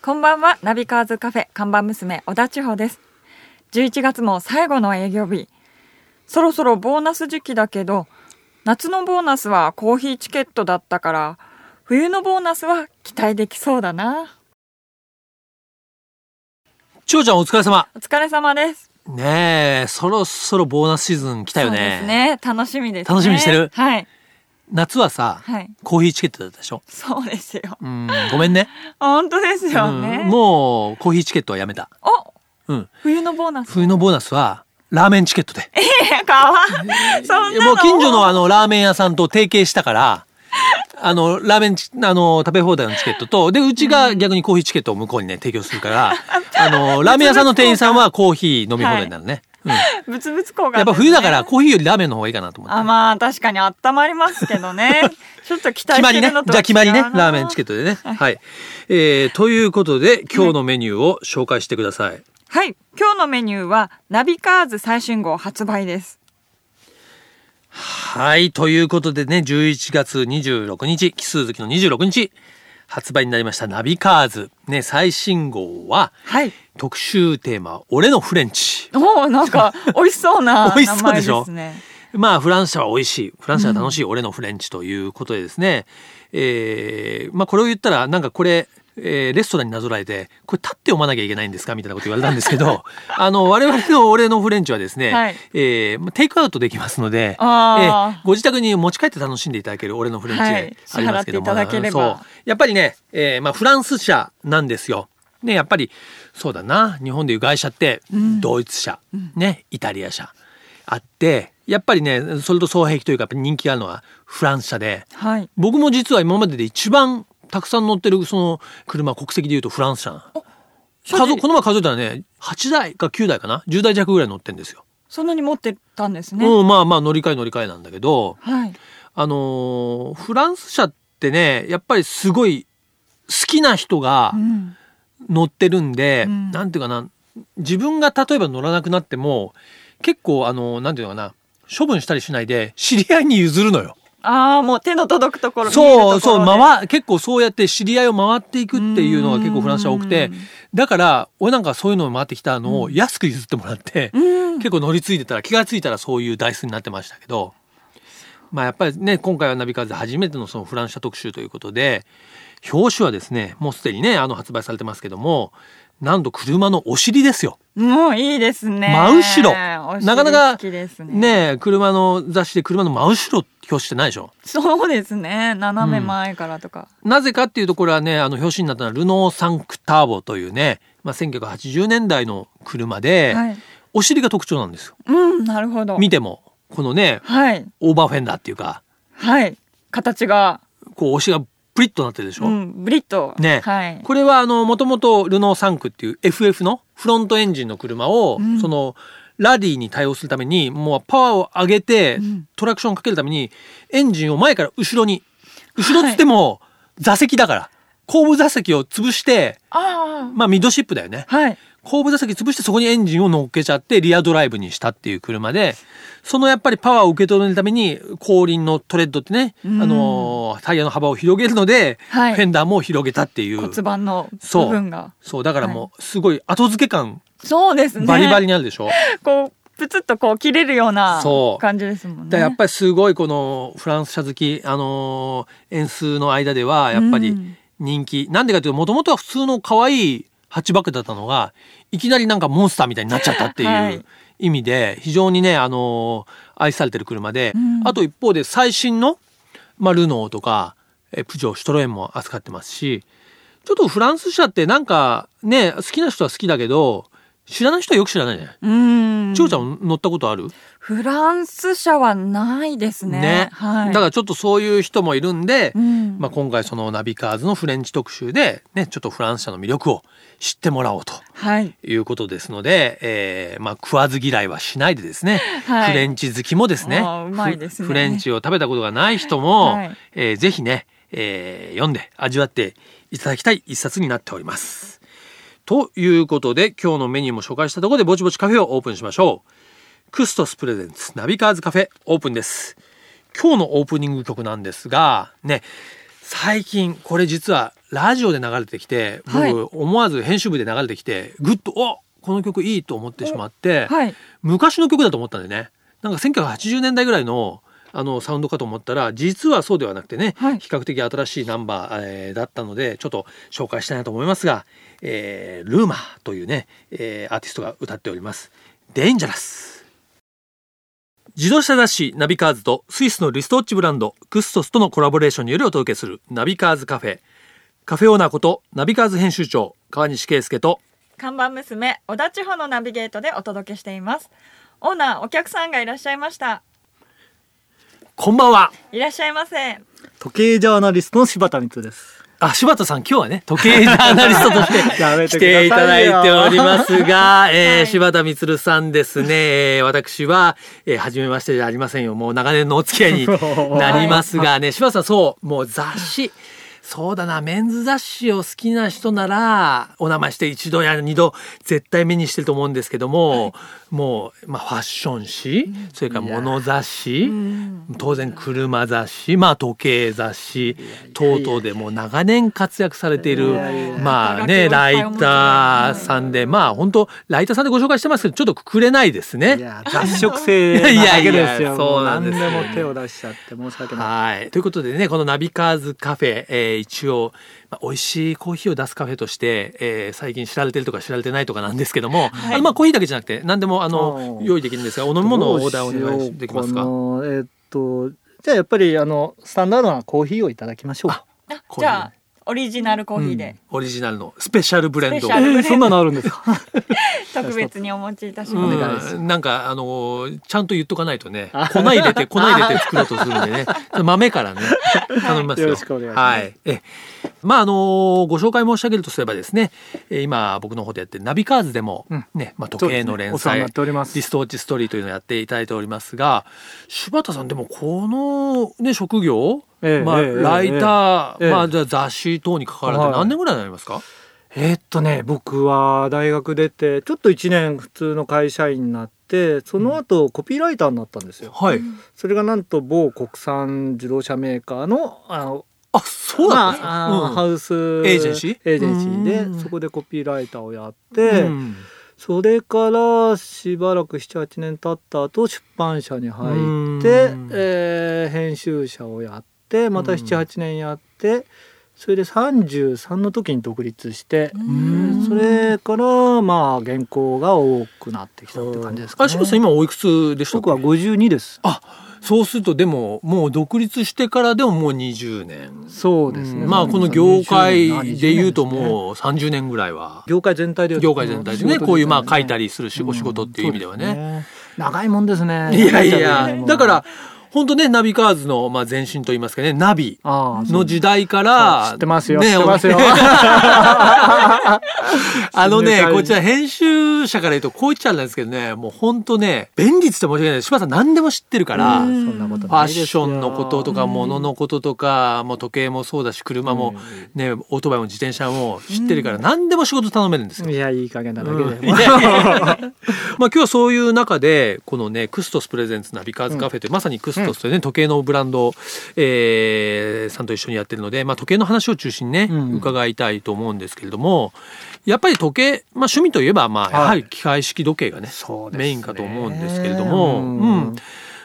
こんばんはナビカーズカフェ看板娘小田千穂です11月も最後の営業日そろそろボーナス時期だけど夏のボーナスはコーヒーチケットだったから冬のボーナスは期待できそうだな千代ちゃんお疲れ様お疲れ様ですねえそろそろボーナスシーズン来たよねそうですね楽しみです、ね、楽しみにしてるはい夏はさ、はいコーヒーチケットだったでしょそうですようんごめんね本当ですよね、うんもうコーヒーチケットはやめたおうん冬のボーナス冬のボーナスはラーメンチケットでいやかわ いそんなのもう近所のあのラーメン屋さんと提携したからあのラーメンチあの食べ放題のチケットとでうちが逆にコーヒーチケットを向こうにね提供するから あのラーメン屋さんの店員さんはコーヒー飲み放題になるね、物々交換、うん、やっぱ冬だからコーヒーよりラーメンの方がいいかなと思ってあまあ確かに温まりますけど ねちょっと期待決ましてりるね。のとじゃあ決まりね。ラーメンチケットットでね。はい。えー、ということで、今日のメニューを紹介してください。はい今日のメニューはナビカーズ最新号発売ですはい。ということでね、11月26日、奇数月の26日、発売になりましたナビカーズ。ね、最新号は、はい特集テーマ、俺のフレンチ。おーなん か美味しそうな美味し名そう前ででしょすねまあ、フランス車は美味しい。フランス車は楽しい。俺のフレンチということでですね。えー、まあ、これを言ったら、なんかこれ、えーレストランになぞらえて、これ立って読まなきゃいけないんですかみたいなこと言われたんです けど、あの、我々の俺のフレンチはですね、はいえーまあテイクアウトできますので、えあーーご自宅に持ち帰って楽しんでいただける俺のフレンチはいでありますけども、支払っていただければそう。やっぱりね、えーまあ、フランス車なんですよ。ね、やっぱりそうだな日本でいう外車ってドイツ車、ね、イタリア車あってやっぱりねそれと双璧というかやっぱ人気があるのはフランス車ではい僕も実は今までで一番たくさん乗ってるその車国籍でいうとフランス車なの所数持この前数えたらね8台か9台かな10台弱ぐらい乗ってんですよ。そんなに持ってたんですね、うんまあまあ乗り換え乗り換えなんだけどはいあのーフランス車ってねやっぱりすごい好きな人がうん乗ってるんで、うんなんていうかな自分が例えば乗らなくなっても結構あのなんていうのかな処分したりしないで知り合いに譲るのよ。ああもう手の届くところそうそう回回結構そうやって知り合いを回っていくっていうのが結構フランスは多くてうんだから俺なんかそういうのを回ってきたのを安く譲ってもらって、うん結構乗り継いでたら気が付いたらそういう台数になってましたけどまあやっぱりね今回はナビカーズ初めてのそのフランス車特集ということで表紙はですねもうすでにねあの発売されてますけどもなんと車のお尻ですよ。もういいですね真後ろお尻なかなか好きですねねえ車の雑誌で車の真後ろって表紙ってないでしょ。そうですね斜め前からとか、なぜかっていうとこれはねあの表紙になったのはルノー・サンクターボというね、まあ、1980年代の車で、はいお尻が特徴なんですようんなるほど見てもこのねはいオーバーフェンダーっていうかはい形がこうお尻がプリッとなってるでしょ、うんブリッとねはいこれはあのもともとルノー・サンクっていう FF のフロントエンジンの車を、うんそのラリーに対応するためにもうパワーを上げて、うんトラクションをかけるためにエンジンを前から後ろに後ろっつっても、座席だから後部座席を潰してあまあミッドシップだよねあはい後部座席潰してそこにエンジンを乗っけちゃってリアドライブにしたっていう車でそのやっぱりパワーを受け取るために後輪のトレッドってね、うんあのータイヤの幅を広げるので、はいフェンダーも広げたっていう骨盤のそう部分がそうだからもうすごい後付け感そうですねバリバリにあるでしょ、 こうプツッとこう切れるようなそう感じですもんだかねらやっぱりすごいこのフランス車好き、あのー円数の間ではやっぱうりん人気、なんでかというともともとは普通の可愛いハッチバックだったのがいきなりなんかモンスターみたいになっちゃったってはいいう意味で非常にね、あのー愛されてる車で、うんあと一方で最新の、まあ、ルノーとかえプジョーシトロエンも扱ってますしちょっとフランス車ってなんかね好きな人は好きだけど知らない人はよく知らないじゃない。うん千代ちゃん乗ったことあるフランス車はないですねはいだからちょっとそういう人もいるんで、うんまあ、今回そのナビカーズのフレンチ特集で、ね、ちょっとフランス車の魅力を知ってもらおうとはいいうことですので、えーまあ、食わず嫌いはしないでですね、はいフレンチ好きもですねあーうまいですねフフレンチを食べたことがない人も、はいえーぜひね、えー読んで味わっていただきたい一冊になっております。ということで今日のメニューも紹介したところでぼちぼちカフェをオープンしましょう。クストスプレゼンツナビカーズカフェオープンです。今日のオープニング曲なんですがね最近これ実はラジオで流れてきて僕、はい思わず編集部で流れてきてぐっと「おこの曲いい!」と思ってしまって、はい。昔の曲だと思ったんでねなんか1980年代ぐらいのあのサウンドかと思ったら実はそうではなくてね、はい比較的新しいナンバー、えーだったのでちょっと紹介したいなと思いますが「えールーマー」というね、えーアーティストが歌っております「デンジャラス」自動車雑誌ナビカーズとスイスのリストウォッチブランドクストスとのコラボレーションによりお届けするナビカーズカフェカフェオーナーことナビカーズ編集長川西圭介と看板娘小田地方のナビゲートでお届けしています。オーナーお客さんがいらっしゃいました。こんばんはいらっしゃいませ。時計ジャーナリストの柴田光 です。あ、柴田さん、今日はね、時計ジャーナリストとしてやめ来てくださいていよただいておりますが、えーはい柴田光さんですね、えー私は、えー初めましてじゃありませんよ。もう長年のお付き合いになりますが ね、柴田さん、そう、もう雑誌。そうだな、メンズ雑誌を好きな人なら、お名前して一度や二度、絶対目にしてると思うんですけども、もう、まあ、ファッション誌、それから物雑誌、当然車雑誌、まあ、時計雑誌、等々でもう長年活躍されているいやいやいや、まあね、ライターさんで、まあ、本当ライターさんでご紹介してますけど、ちょっとくくれないですね。いや、脱色性いやないやだいやけですよ。そうなんですよも何でも手を出しちゃって申し訳ない。はい。ということでね、このナビカーズカフェ、えー一応、まあ、美味しいコーヒーを出すカフェとして、えー最近知られてるとか知られてないとかなんですけども、あのまあコーヒーだけじゃなくて、何でも、あの、うん用意できるんですが、お飲み物をオーダーお願いしできますどかうしようかなえーっと、じゃあやっぱりあのスタンダードなコーヒーをいただきましょうか。あこうじいうゃあオリジナルコーヒーでオリジナルのスペシャルブレンドスペシャ ルーそんなのあるんですか。特別にお持ちいたしうまおす。願いしますん、なんかあのーちゃんと言っとかないとね粉入れ て粉入れて作ろうとするんでね豆からね頼みますよ。よろしくお願いしますはい、えまああのーご紹介申し上げるとすればですねえー今僕の方でやってるナビカーズでも、うんねまあ、時そうで計すねの連お世話載、になっておりますリストウォッチストーリーというのをやっていただいておりますが柴田さんでもこの、ね、職業、ええまあええライター、ええまあ、じゃあ雑誌等に関わられてはい何年ぐらいになりますか、えーっとね、僕は大学出てちょっと一年普通の会社員になって、その後コピーライターになったんですよ。はい、それがなんと某国産自動車メーカーのあのあそうまなんですか、ああのうんハウスエエージェンシーエージェンシうんーでそこでコピーライターをやって、うんそれからしばらく78年経った後出版社に入って、うんえー編集者をやってまたうん78年やってそれで33の時に独立してう。うんんそれからまあ原稿が多くなってきたって感じですかあ、ね柴田さん今おいくつでした僕は52ですそうするとでももう独立してからでももう20年。そうですね、んまあこの業界で言うともう30年ぐらいは。業界全体で業界全体でね、こういうまあ書いたりりするし、お仕事っていう意味ではね。長いもんですねいやいや、もうだから、本当ね、ナビカーズのまあ前身といいますかね、ナビああの時代から、知ってますよ、ね知ってますよ あのね知、るこちら編集者から言うとこう言っちゃうんですけどね、もう本当ね、便利って言っても申し訳ないです。柴田さん何でも知ってるから、そうんんなことファッションのこととかか物のこととかもう時計もそうだし車もねオートバイも自転車も知ってるから何でも仕事頼めるんですよ。いやいい加減なだけで、うんいやいやいや まあ今日はそういう中でこのねクストスプレゼンツナビカーズカフェってまさにクストスというね時計のブランド、えーさんと一緒にやってるので、まあ、時計の話を中心にね、うん伺いたいと思うんですけれどもやっぱり時計、まあ、趣味といえばまあやはり機械式時計がね,、そうですねメインかと思うんですけれども。うんうん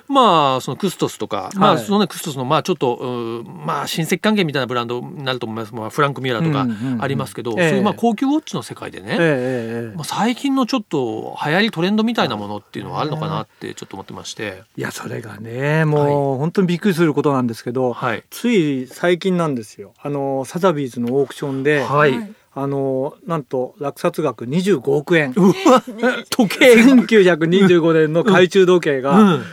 まあそのクストスとか、まあはいそのねクストスのまあちょっとうーまあ親戚関係みたいなブランドになると思います、まあ、フランク・ミュラーとうんうんかうんありますけど、ええそういうまあ高級ウォッチの世界でね、ええええええまあ、最近のちょっと流行りトレンドみたいなものっていうのはあるのかなってちょっと思ってまして、いやそれがねもう本当にびっくりすることなんですけど、はい、つい最近なんですよあのサザビーズのオークションで、はい、あのなんと落札額25億円うわ 時計が、 1925年の懐中時計うがん、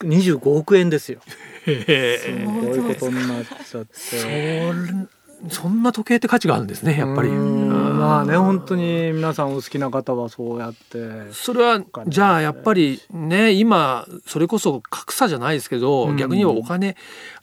25億円ですよ。へえすごいことになっちゃって。そそんな時計って価値があるんですねやっぱり。うんうんまあね本当に皆さんお好きな方はそうやって。それはかりますじゃあやっぱりね今それこそ格差じゃないですけど、うん逆に言えばお金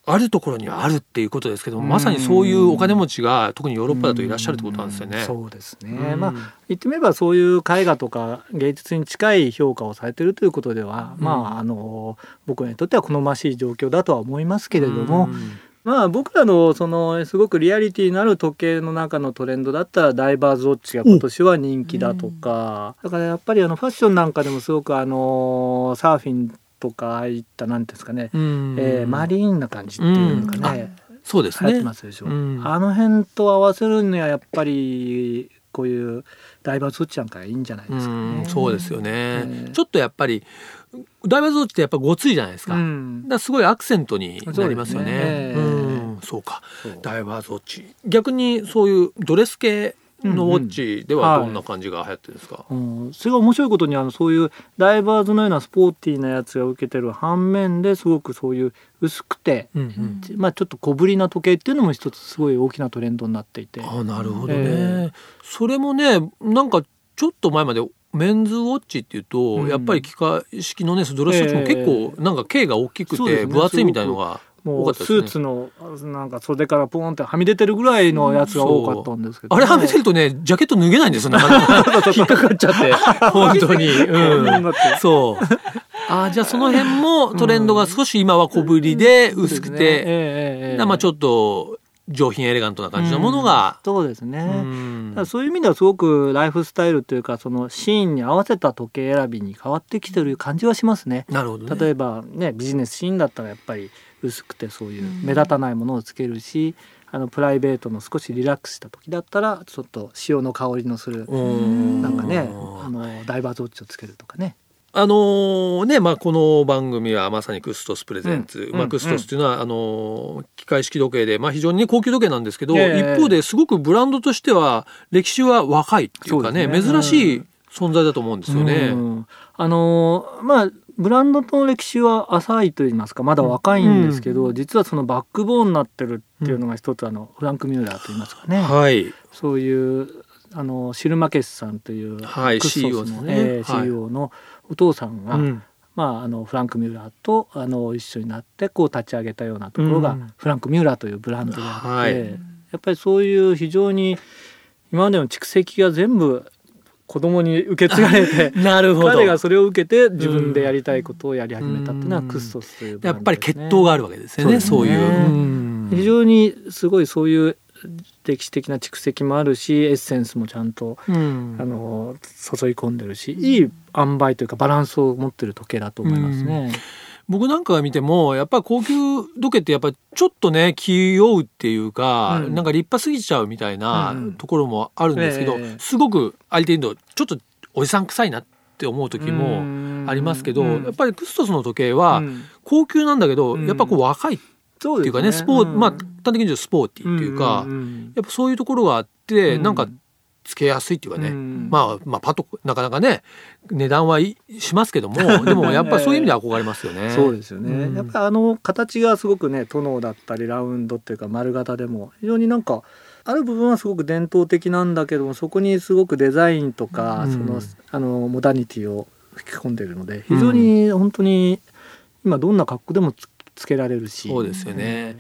あるところにはあるっていうことですけど、うんまさにそういうお金持ちが特にヨーロッパだといらっしゃるってことなんですよね。うんそうですね。うんまあ言ってみればそういう絵画とか芸術に近い評価をされてるということでは、うんまああの僕にとっては好ましい状況だとは思いますけれども、うんまあ僕らのそのすごくリアリティのある時計の中のトレンドだったらダイバーズウォッチが今年は人気だとか、だからやっぱりあのファッションなんかでもすごくあのサーフィンとかああいったなんていうんですかね、うんえーマリーンな感じっていうのかね、そうです流行っねてますでしょ、うんあの辺と合わせるにはやっぱりこういうダイバーズウォッチなんかがいいんじゃないですかね。うんそうですよね、うんちょっとやっぱりダイバーズウォッチってやっぱごついじゃないですか、うんだからすごいアクセントになりますよねそうですねうんそうかそうダイバーズウォッチ逆にそういうドレス系のウォッチではうんうどんんな感じが流行ってるんですか、うん、それが面白いことにあのそういうダイバーズのようなスポーティーなやつが受けてる反面ですごくそういう薄くて、うんうんうまあ、ちょっと小ぶりな時計っていうのも一つすごい大きなトレンドになっていてあなるほどね、えそれもねなんかちょっと前までメンズウォッチっていうと、うんやっぱり機械式のねドレスウォッチも結構なんか径が大きくそうでてすね分厚いみたいなのが、多もかっうたでスすねーツのなんか袖からポンってはみ出てるぐらいのやつが多かったんですけど、あれはめてるとねジャケット脱げないんですよ なかなか引っかかっちゃって本当に、なうんん、だってそうあじゃあその辺もトレンドが少し今は小ぶりで薄くそうですねて、ええええまあちょっと上品エレガントな感じのものが、そうですね、うんだからそういう意味ではすごくライフスタイルというかそのシーンに合わせた時計選びに変わってきてる感じはしますね。なるほどね例えばねビジネスシーンだったらやっぱり薄くてそういううん目立たないものをつけるし、あのプライベートの少しリラックスした時だったらちょっと潮の香りのするうんなんかね、あのダイバーズウォッチをつけるとかね。あのーねまあ、この番組はまさにクストスプレゼンツ、うんまうあ、んクストスっていうのは、あのー機械式時計で、まあ、非常に、ね、高級時計なんですけど、ええ一方ですごくブランドとしては歴史は若いっていうかねそうですね珍しい存在だと思うんですよね。うんあのーまあブランドの歴史は浅いと言いますかまだ若いんですけど、うん実はそのバックボーンになってるっていうのが一つ、あのフランク・ミューラーと言いますかね、はい、そういうあのシルマケスさんという、はいクッソス CEO ですねえーはい CEO のお父さんが、うんまあ、あのフランク・ミューラーとあの一緒になってこう立ち上げたようなところが、うんフランク・ミューラーというブランドであって、はいやっぱりそういう非常に今までの蓄積が全部子供に受け継が れてなるほど彼がそれを受けて自分でやりたいことをやり始めたっていうのはうんクッソスというブやラっンぱドりです、血ね、統があるわけですよねそそううですねいう。非常にすごいそういう歴史的な蓄積もあるしエッセンスもちゃんとうんあの注い込んでるしいい塩梅というかバランスを持ってる時計だと思いますね。僕なんかが見てもやっぱり高級時計ってやっぱりちょっとね気負うっていうか、うんなんか立派すぎちゃうみたいなうんうんところもあるんですけど、ええすごく相手インドちょっとおじさん臭いなって思う時ももありますけど、やっぱりクストスの時計はうん高級なんだけど、うんやっぱこう若いってそういでうすかねねスポー、んまあ端的に言うとスポーティーっていうか、んんやっぱそういうところがあって、うんなんかつけやすいっていうかね、うんまあまあパッとなかなかね値段はいしますけどもでもやっぱそういう意味で憧れますよね。そうですようんね。やっぱりあの形がすごくね、トノだったりラウンドっていうか丸型でも非常になんかある部分はすごく伝統的なんだけども、そこにすごくデザインとか、うんそのあのモダニティを吹き込んでいるので、非常に本当に今どんな格好でもつつけられるし、そうですよね。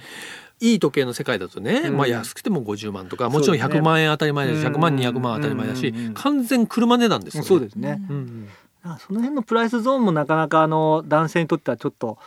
いい時計の世界だとね、うんまあ安くても50万とかもちろんそうですね100万円当たり前だし、うん100万200万当たり前だし、うん完全車値段ですよね。そうですね。うんうんあその辺のプライスゾーンもなかなかあの男性にとってはちょっと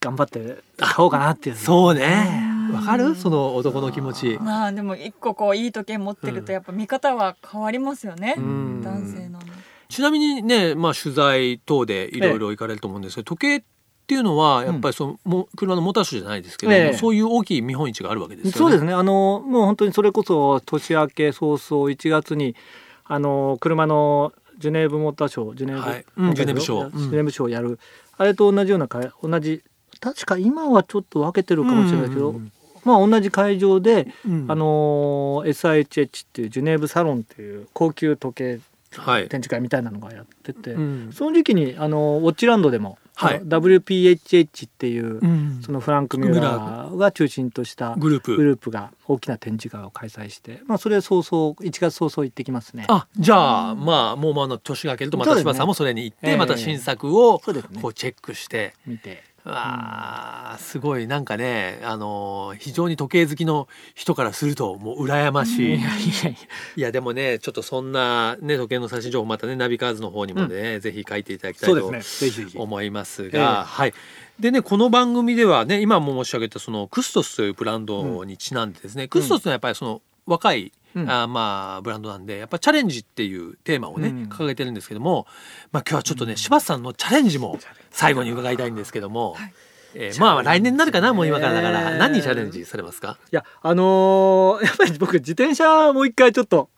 頑張って買おうかなっていう。そうねうんわかるその男の気持ち。まあでも一個こういい時計持ってるとやっぱ見方は変わりますよね、うん男性のねちなみにね、まあ、取材等でいろいろ行かれると思うんですけど、時計っていうのはやっぱりその、も車のモーターショーじゃないですけど、ええそういう大きい見本市があるわけですよね。そうですね。あのもう本当にそれこそ年明け早々1月にあの車のジュネーブモーターショー、ジュネーブ、はいうんジュネーブショージュネーブショーをやる、あれと同じような会同じ確か今はちょっと分けてるかもしれないけど、うんうんまあ同じ会場で、うんあの SIHH っていうジュネーブサロンっていう高級時計はい、展示会みたいなのがやってて、うんその時期にあのウォッチランドでも、はいあの WPHH っていう、うんそのフランク・ミューラーが中心としたグループグループが大きな展示会を開催して、まあ、それ早々1月早々行ってきますね。あじゃあまあもうまああの年が明けるとまたそうですね柴田さんもそれに行って、ええまた新作をそうですねこうチェックして見てわあすごいなんかねあのー非常に時計好きの人からするともう羨ましい、いやいややでもねちょっとそんな、ね、時計の最新情報またねナビカーズの方にもね、ぜひ書いていただきたいそとうですねぜひぜひ思いますええが、はい。でね、この番組ではね、今も申し上げたそのクストスというブランドにちなんでですね、クストスはやっぱりその若い、うんあーまあブランドなんで、やっぱチャレンジっていうテーマをね、うん掲げてるんですけども、まあ今日はちょっとね、柴田さんのチャレンジも最後に伺いたいんですけども、えーまあ来年になるかな、もう今からだから、ね何にチャレンジされますかいやあのーやっぱり僕自転車もう一回ちょっと、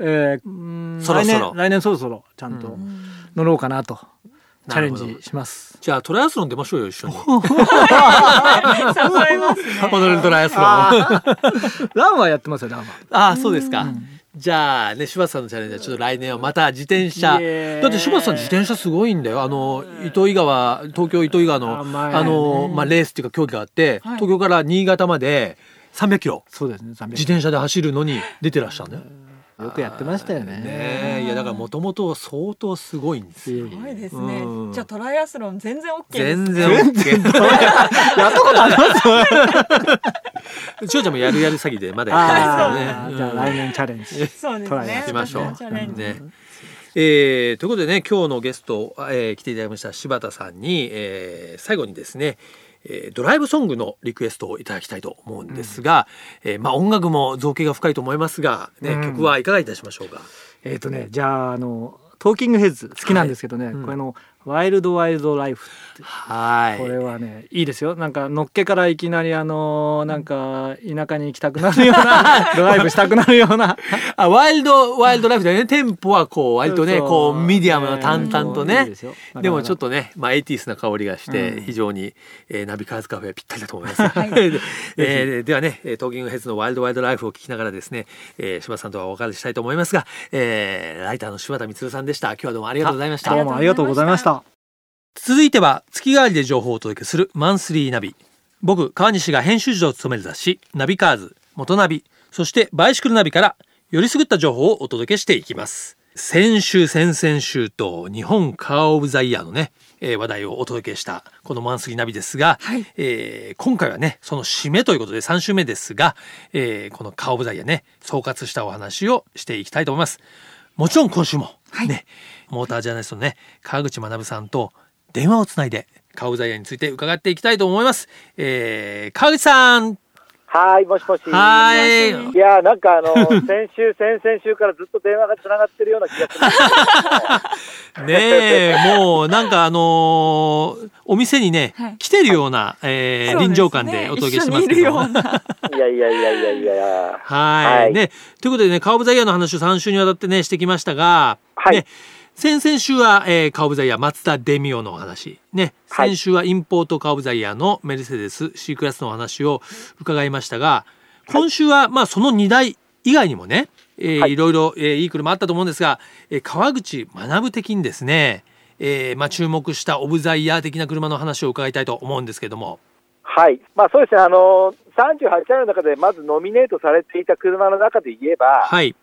えーうーんそろそろ来年来年そろそろちゃんとうん乗ろうかなと、チャなるレほンどジします。じゃあトライアスロン出ましょうよ、一緒に。誘いますホ ね。ノルルトライアスロン。あーランはやってますよランは。 ああそうですか、じゃあね柴田さんのチャレンジはちょっと来年はまた自転車だっイエーイて柴田さん自転車すごいんだよあの糸魚川東京糸魚川のああ,、前の、まあ、レースっていうか競技があって、はい東京から新潟まで300キロそうですね300自転車で走るのに出てらっしゃるね。よくやってましたよね。ねえいやだからもともと相当すごいんですよ。すごいですうんね。じゃあトライアスロン全然 OK です。全然 OK。やったことあ りますちょうちゃんもやるやる詐欺でまだやってないですからあねー。うじゃあん来年チャレンジ。そうですトライねや。しましょう私のチャレンジ。ね。えーということでね今日のゲスト、えー来ていただきました柴田さんに、えー最後にですね、えードライブソングのリクエストをいただきたいと思うんですが、えーまあ、音楽も造形が深いと思いますが、ねうん曲はいかがいたしましょうか、えっとねじゃああのトーキングヘッズ好きなんですけどね、うんこれのワイルドワイルドライフってはいこれはねいいですよなんかのっけからいきなりあのなんか田舎に行きたくなるよ うなドライブしたくなるようなあワイルドワイルドライフだよねテンポはこう割とねそうそうこうミディアムな淡々とうんいねいですよでもちょっとね、まあ、80s な香りがして、うん非常に、えーナビカーズカフェはぴったりだと思います。いで えーではね、えートーキングヘッズのワイルドワイルドライフを聞きながらですね、えー柴田さんとはお別れしたいと思いますが、えーライターの柴田光さんでした。今日はどうもありがとうございましたどう。もありがとうございました続いては月替わりで情報をお届けするマンスリーナビ僕川西が編集長を務める雑誌ナビカーズ元ナビそしてバイシクルナビからよりすぐった情報をお届けしていきます先週先々週と日本カーオブザイヤーのね、えー話題をお届けしたこのマンスリーナビですが、はいえー今回はねその締めということで3週目ですが、えーこのカーオブザイヤーね総括したお話をしていきたいと思いますもちろん今週も、はいねモータージャーナリストのね川口学さんと電話をつないでカーオブザイヤーについて伺っていきたいと思います、えー、川口さんはい、もしもし。はいいやー、なん かあの、先週、先々週からずっと電話がつながってるような気がする。ねえもうなんかあのーお店にね、はい来てるような、えー臨場感でお届けしてまそすけどうですね一緒にいるようないやいやいやいやいやいや。はい、はいね。ということでね、カーオブザイヤーの話を3週にわたってね、してきましたが、はいね、先々週は、えーカーオブザイヤー、松田デミオのお話。ね、はい先週はインポートカーオブザイヤーのメルセデス C クラスのお話を伺いましたが、今週は、まあ、その2台以外にもね、えーはいい、ろいろ、えーいい車あったと思うんですが、えー川口学的にですね、えーまあ、注目したオブザイヤー的な車の話を伺いたいと思うんですけども。はい。まあそうですね、あのー、38台の中でまずノミネートされていた車の中で言えば、はい。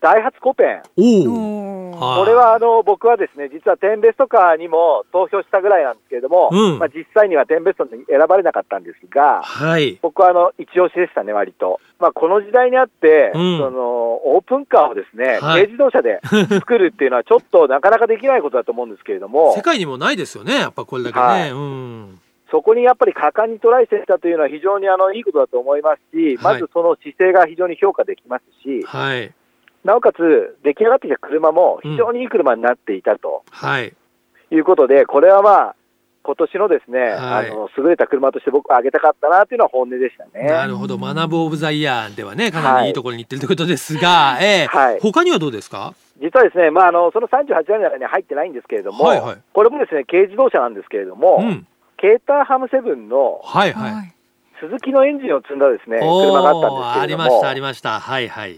ダイハツコペン。おお。おーここれはあの、僕はですね、実は10ベストカーにも投票したぐらいなんですけれども、うんまあ実際には10ベストに選ばれなかったんですが、はい。僕はあの、一押しでしたね、割と。まあ、この時代にあって、うんその、オープンカーをですね、はい軽自動車 で作るっていうのはちょっとなかなかできないことだと思うんですけれども 世、界にもないですよねやっぱこれだけね、はいうんそこにやっぱり果敢にトライしてきたというのは非常にあの、いいことだと思いますし、はまいずその姿勢が非常に評価できますし、はいなおかつ出来上がってきた車も非常にいい車になっていたとはいいうことで、これはまあ、今年のですね、はいあの、優れた車として僕は挙げたかったなというのは本音でしたなね。るほど「学ぶオブザイヤー」ではねかなりいいところに行ってるということですが、ええはい他にはどうですか実はですね、まあ、あのその38台の中には入ってないんですけれども、はいはいこれもですね軽自動車なんですけれども、うんケーターハムセブンのはいはい、はい鈴木のエンジンを積んだですねおー車があったあんりですけまれどしたありも、ましたはいはい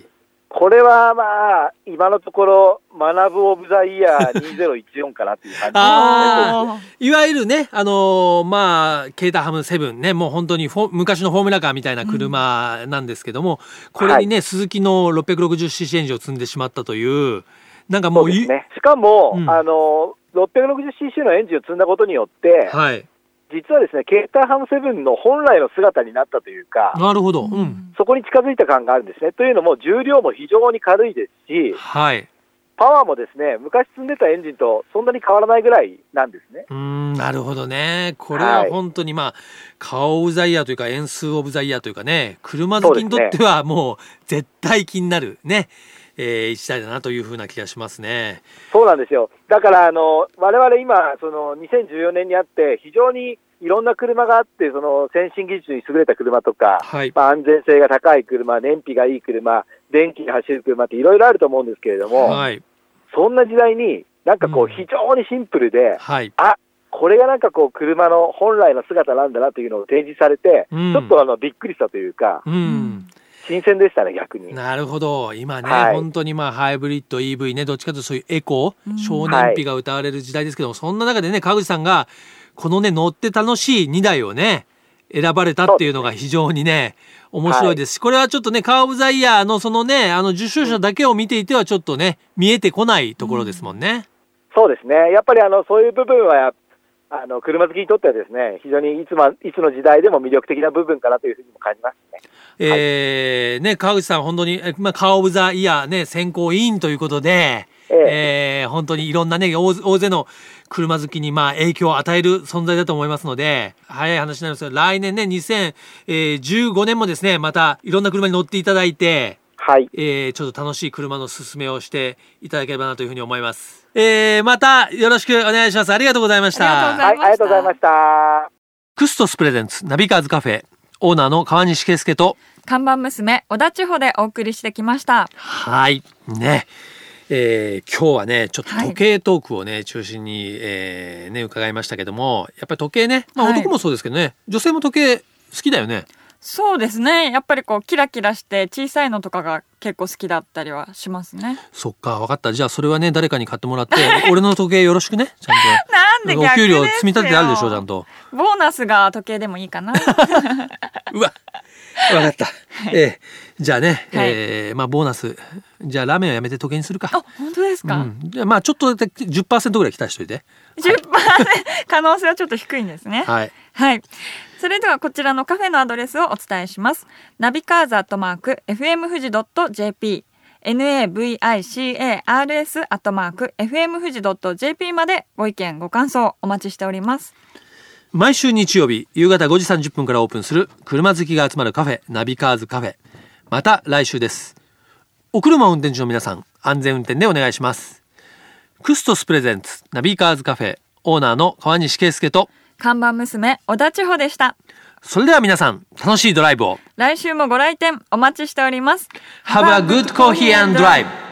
これはまあ、今のところ、学ぶオブザイヤー2014かなっていう感じあでーいわゆるねあのーまあケータハムセブンねもう本当にフォ昔のフォーミュラカーみたいな車なんですけども、これにね、鈴木の 660cc エンジンを積んでしまったというなんかもそううですいね、しかも、うんあの 660cc のエンジンを積んだことによって、はい実はですね、ケーターハムセブンの本来の姿になったというか、なるほど。うん。そこに近づいた感があるんですね。というのも、重量も非常に軽いですし、はい。パワーもですね、昔積んでたエンジンとそんなに変わらないぐらいなんですね。うーんなるほどね。これは本当にまあ、顔オブザイヤーというか、円数オブザイヤーというかね、車好きにとってはもう絶対気になるね、えー一台だなというふうな気がしますね。そうなんですよ。だから、あの、我々今、その2014年にあって、非常にいろんな車があって、その先進技術に優れた車とか、はい。まあ、安全性が高い車、燃費がいい車、電気が走る車っていろいろあると思うんですけれども、はい。そんな時代に、なんかうこうん非常にシンプルで、はい。これがなんかこう車の本来の姿なんだなというのを提示されて、うんちょっとあのびっくりしたというか、うん。新鮮でしたね、逆に。なるほど。今ね、はい本当にまあ、ハイブリッド EV ね、どっちかというとそういうエコうんー、少年費が歌われる時代ですけども、そんな中でね、川口さんが、このね、乗って楽しい2台をね、選ばれたっていうのが非常にね、面白いですし、これはちょっとね、カーオブザイヤーのそのね、あの、受賞者だけを見ていてはちょっとね、見えてこないところですもんね。そうですね、やっぱりあのそういう部分はやあの車好きにとってはですね、非常にいつ,、ま、いつの時代でも魅力的な部分かなというふうにも感じますね。えーね、川口さん本当に、えまあ、カーオブザイヤーね、選考委員ということで、えええー本当にいろんなね、大勢大勢の車好きにまあ影響を与える存在だと思いますので、早い話になりますが、来年ね、2015年もですね、またいろんな車に乗っていただいて、はい、えーちょっと楽しい車の勧めをしていただければなというふうに思います。えーまたよろしくお願いします。ありがとうございました。ありがとうございましたはい、ありがとうございました。クストスプレゼンツナビカーズカフェ、オーナーの川西圭介と、看板娘小田千穂でお送りしてきましたはい。ね。えー今日はね、ちょっとはい時計トークをね、中心に、えーね、伺いましたけども、やっぱり時計ね、まあはい男もそうですけどね、女性も時計好きだよね。そうですねやっぱりこうキラキラして小さいのとかが結構好きだったりはしますねそっか、わかった。じゃあそれはね、誰かに買っても らって、俺の時計よろしくね、ちゃんと。なんで逆ですおよ給料積み立ててあるでしょ、ちゃん と。ボーナスが時計でもいい かなうわ、わかった。えーじゃあね、はいえーまあボーナス、じゃあラーメンをやめて時計にするか。あ本当ですうか、ん、じゃあまあちょっとだけ10%ぐらい期待しといて。 10%可能性はちょっと低いんですねはい。はい。それではこちらのカフェのアドレスをお伝えします。ナビカーズアットマーク FM 富士 .jp navicars アットマーク FM 富士 .jp までご意見ご感想お待ちしております。毎週日曜日夕方5時30分からオープンする車好きが集まるカフェナビカーズカフェまた来週ですお車を運転中の皆さん安全運転でお願いしますクストスプレゼンツナビカーズカフェオーナーの川西圭介と看板娘小田千穂でした。それでは皆さん楽しいドライブを来週もご来店お待ちしております。 Have a good coffee and drive